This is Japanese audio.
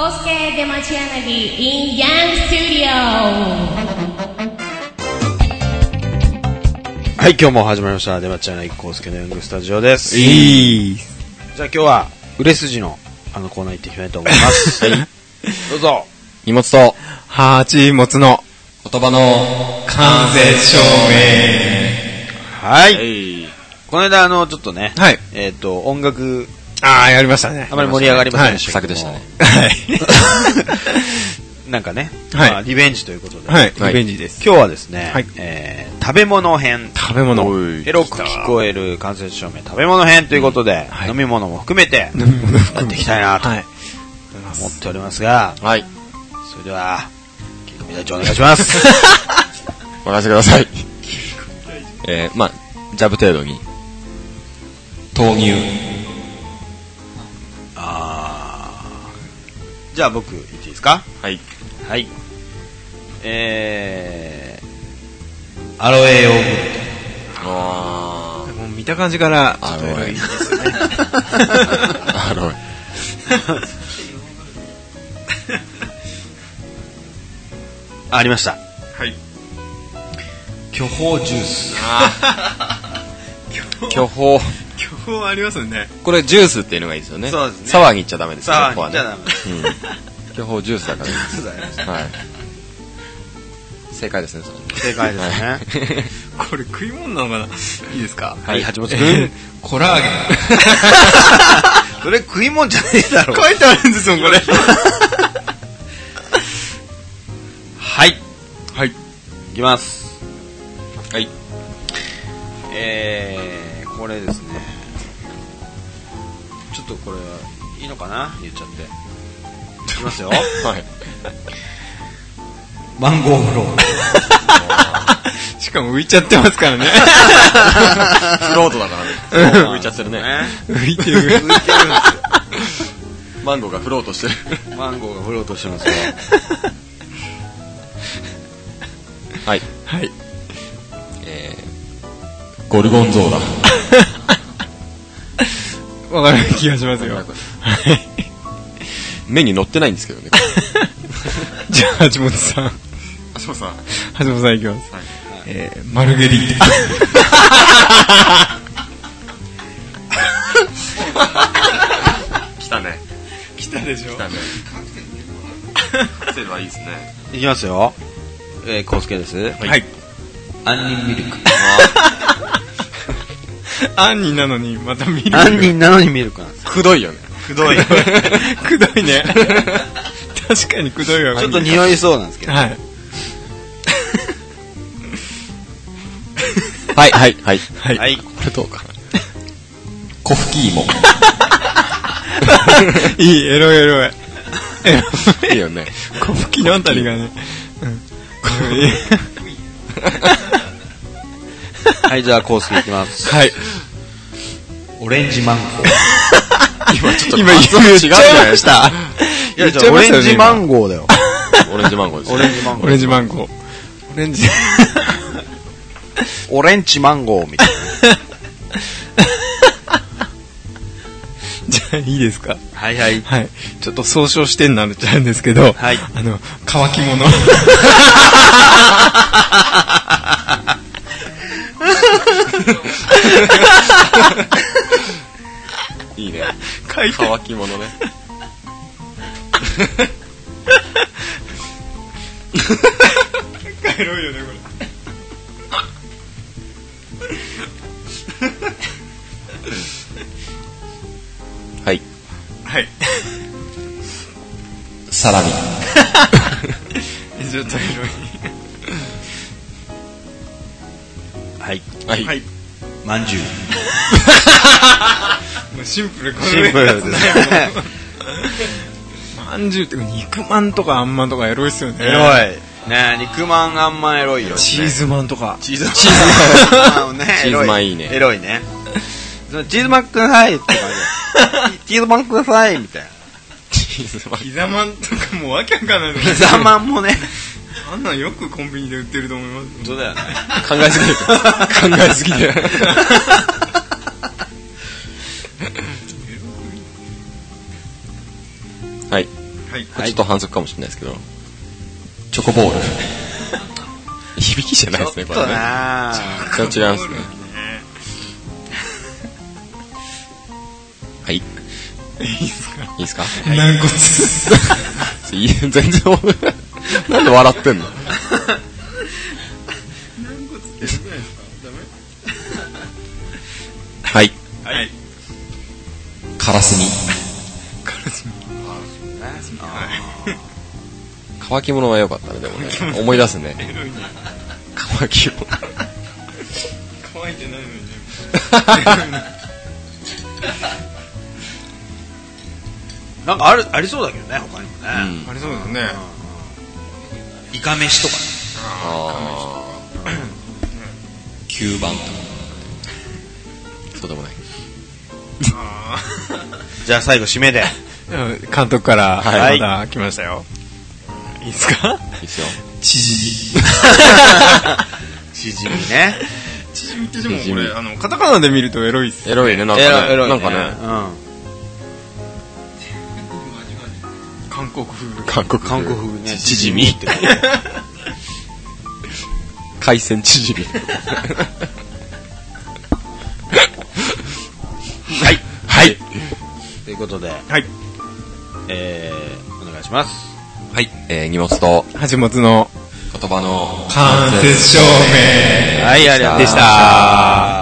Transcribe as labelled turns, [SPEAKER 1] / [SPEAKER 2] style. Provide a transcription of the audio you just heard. [SPEAKER 1] Kosuke Demachianagi in Yang Studio.
[SPEAKER 2] はい、今日も始まりました。デバッチャーナイコウスケのヤングスタジオです。じ
[SPEAKER 3] いい
[SPEAKER 2] ゃあ今日は、売れ筋の、あのコーナー行っていきたいと思います。はい。どうぞ。
[SPEAKER 3] 荷物と、蜂持つの、言葉の、完全証
[SPEAKER 2] はい。この間、あの、ちょっとね、
[SPEAKER 3] はい
[SPEAKER 2] えっ、と、音楽、
[SPEAKER 3] 明。ああ、やりましたね。
[SPEAKER 2] あまり盛り上がりませんで
[SPEAKER 3] し
[SPEAKER 2] したけども、なんかね、
[SPEAKER 3] はい
[SPEAKER 2] まあリベンジということで、
[SPEAKER 3] た。はい。
[SPEAKER 4] は
[SPEAKER 3] はいい。リベンジです。
[SPEAKER 2] 今日はですね、
[SPEAKER 3] はい
[SPEAKER 2] えー食べ物編。
[SPEAKER 3] 食べ物。
[SPEAKER 4] おい
[SPEAKER 2] エロく聞こえる間接照明食べ物編ということで、
[SPEAKER 3] はい
[SPEAKER 2] 飲み物も含めて、
[SPEAKER 3] 飲み物
[SPEAKER 2] や
[SPEAKER 3] 含
[SPEAKER 2] っ
[SPEAKER 3] め
[SPEAKER 2] ていきたいなと
[SPEAKER 3] はい。
[SPEAKER 2] 思っておりますが、
[SPEAKER 4] はい。
[SPEAKER 2] それでは、切り込み隊長お願いします。
[SPEAKER 4] 任せてください。えー、まあ、ジャブ程度に。豆乳。
[SPEAKER 2] じゃあ僕、言っていいですか
[SPEAKER 4] はい。
[SPEAKER 2] はい。えー、アロエヨーグル
[SPEAKER 4] あ
[SPEAKER 3] もう見た感じから、
[SPEAKER 4] ー。アロエ。アロエ。
[SPEAKER 2] ト。ありました。
[SPEAKER 3] はい。
[SPEAKER 2] 巨峰ジュース。
[SPEAKER 4] 巨峰。
[SPEAKER 3] 巨峰ありますよね。
[SPEAKER 4] これジュースっていうのがいいですよね。
[SPEAKER 2] そうですね
[SPEAKER 4] サワーに行っちゃダメですよね
[SPEAKER 2] さあ、
[SPEAKER 4] ここは
[SPEAKER 2] じ
[SPEAKER 4] ね。
[SPEAKER 2] ゃあダメです。
[SPEAKER 4] うん。巨峰ジュースだからいいで
[SPEAKER 2] そうだね
[SPEAKER 4] す。はい。正解ですね、それ。
[SPEAKER 2] 正解ですね。
[SPEAKER 3] これ食い物なのかないいですか
[SPEAKER 2] はい、八本
[SPEAKER 3] え
[SPEAKER 2] 君。
[SPEAKER 3] ーコラーゲン。
[SPEAKER 2] それ食い物じゃねえ だろ。
[SPEAKER 3] 書いてあるんですよ、これ。
[SPEAKER 2] はい。
[SPEAKER 3] はい。
[SPEAKER 2] いきます。
[SPEAKER 4] はい。
[SPEAKER 2] えー、これですね。ちょっとこれ、いいのかな言っちゃって。いき ますよ。
[SPEAKER 4] はい。
[SPEAKER 2] マンゴーフロー。
[SPEAKER 3] しかも浮いちゃってますからね。
[SPEAKER 4] フロートだからね。浮いちゃってるね。
[SPEAKER 2] ね。
[SPEAKER 3] 浮いて
[SPEAKER 2] 浮い
[SPEAKER 3] る。
[SPEAKER 2] てるんですよ。
[SPEAKER 4] マンゴーがフロートしてる。
[SPEAKER 2] マンゴーが振ろうとして ますよ。
[SPEAKER 4] はい。
[SPEAKER 3] はい。
[SPEAKER 4] えー、ゴルゴンゾーラ。
[SPEAKER 3] わかる気がします よ。はい。
[SPEAKER 4] 目に乗ってないんですけどね。
[SPEAKER 3] じゃあ、橋本さん。
[SPEAKER 4] そうさ。
[SPEAKER 3] 橋本さんいきます。
[SPEAKER 4] はい
[SPEAKER 3] えー、マルゲリータ。
[SPEAKER 4] 来たね。
[SPEAKER 3] 来たでしょ
[SPEAKER 4] だね。カクテルはいいですね。
[SPEAKER 2] いきますよ。えー、コウスケです。
[SPEAKER 3] はい。
[SPEAKER 2] 杏仁ミルク。
[SPEAKER 3] 杏仁なのに、また見る。
[SPEAKER 2] 杏仁なのにミルクなんですよ。
[SPEAKER 4] くどいよね。
[SPEAKER 3] くどい。くどいね。確かにくどいわ。
[SPEAKER 2] ちょっと匂いそうなんですけど。
[SPEAKER 3] はい。
[SPEAKER 4] はい、はい、はい。
[SPEAKER 3] はい。
[SPEAKER 2] はい。
[SPEAKER 4] これどうかな。コフキーも。
[SPEAKER 3] いい、エロいエロい。エロ
[SPEAKER 4] いいよね。
[SPEAKER 3] い。小吹きのあたりがね。うん。
[SPEAKER 2] はい、じゃあコウスケいきます。
[SPEAKER 3] はい。
[SPEAKER 2] オレンジマンゴー。
[SPEAKER 4] 今ちょっと
[SPEAKER 3] 今言っちゃ
[SPEAKER 4] 違うじゃない
[SPEAKER 3] い
[SPEAKER 4] で
[SPEAKER 3] まし
[SPEAKER 4] すか。
[SPEAKER 3] た。
[SPEAKER 2] いや、
[SPEAKER 3] 言っ
[SPEAKER 2] じ
[SPEAKER 3] ちゃ
[SPEAKER 2] ゃ
[SPEAKER 3] い
[SPEAKER 2] あオ
[SPEAKER 3] ま
[SPEAKER 2] レ
[SPEAKER 3] したよ
[SPEAKER 2] ン
[SPEAKER 3] ね
[SPEAKER 2] ジマンゴーだよ。
[SPEAKER 4] オレンジマンゴーです
[SPEAKER 2] オ
[SPEAKER 4] ね。
[SPEAKER 2] レンジマンゴ
[SPEAKER 3] オ
[SPEAKER 2] ー。
[SPEAKER 3] レンジマンゴー。オレン ジ。
[SPEAKER 2] オレンジマンゴーみたい
[SPEAKER 3] じゃあ、いいですか
[SPEAKER 2] な。はいはい。
[SPEAKER 3] はい。ちょっと総称してになっちゃうんですけど、
[SPEAKER 2] はい
[SPEAKER 3] あの、乾き物。
[SPEAKER 4] いいね。
[SPEAKER 3] 書いて
[SPEAKER 4] 乾き物ね。
[SPEAKER 3] エロいよね、これ。
[SPEAKER 4] はい。
[SPEAKER 3] はい。
[SPEAKER 4] サラミ。
[SPEAKER 3] ちょっとエロい。
[SPEAKER 2] はい。
[SPEAKER 4] はい。
[SPEAKER 3] はい。
[SPEAKER 2] まんじゅう。
[SPEAKER 3] もうシンプルこ
[SPEAKER 2] シンプル ですね。
[SPEAKER 3] まんじゅうってか肉まんとかあんまんとかエロいっすよね。
[SPEAKER 2] エロい。ね肉まんあんまエロいよ。
[SPEAKER 3] チーズまんとか。
[SPEAKER 2] チーズマン。チーズマンね。
[SPEAKER 4] チーズマンいいね
[SPEAKER 2] エロいね。そのチーズマンくださいって 感じ。チーズマンくださいみたいな。
[SPEAKER 4] チーズマン。
[SPEAKER 3] ピザまんとかもうわけわかんない。ピ
[SPEAKER 2] ピザマンもね。
[SPEAKER 3] あんなんよくコンビニで売ってると思います。
[SPEAKER 2] そうだよね。
[SPEAKER 4] 考えすぎてる。考えすぎ てる。はい。
[SPEAKER 3] は
[SPEAKER 4] はい、これちょっと反則かもしれないですけど、チョコボール。響きじゃないですね、これね。
[SPEAKER 2] なぁ。
[SPEAKER 4] 違う違いますね。はい。いいですか い
[SPEAKER 3] 軟骨。
[SPEAKER 4] いですかい全然、 なんで笑ってんのはい。
[SPEAKER 2] はい。
[SPEAKER 4] カラスミ。乾き物は良かったね、でもね。思い出すね。乾き物。
[SPEAKER 5] 乾いてないのに
[SPEAKER 2] なんかある、ありそうだけどね、他にもね。
[SPEAKER 5] ありそうですね
[SPEAKER 2] イカ飯とかね。
[SPEAKER 4] 9番そうでもない。
[SPEAKER 2] じゃあ最後、締めで。
[SPEAKER 3] うん監督から、
[SPEAKER 4] はい
[SPEAKER 3] まだ来ましたよ。いいですか
[SPEAKER 4] いいっすよ。
[SPEAKER 3] 縮
[SPEAKER 2] しじみね。
[SPEAKER 5] 縮みってでも
[SPEAKER 4] 縮み
[SPEAKER 5] これあの
[SPEAKER 3] み。カタカナで見るとエロいっす。
[SPEAKER 4] エロいね、なんかね。なんかね、
[SPEAKER 2] う
[SPEAKER 5] 韓国風
[SPEAKER 4] 韓国
[SPEAKER 2] ん。韓国風ね。
[SPEAKER 4] チヂミって。海鮮チヂミ。はい。はい。
[SPEAKER 2] ということで、
[SPEAKER 3] はい。
[SPEAKER 2] えー、お願いします。
[SPEAKER 4] はい。えー、荷物と
[SPEAKER 3] 橋本の
[SPEAKER 4] 言葉の
[SPEAKER 3] 間接照明。
[SPEAKER 2] はい、ありがとうございました。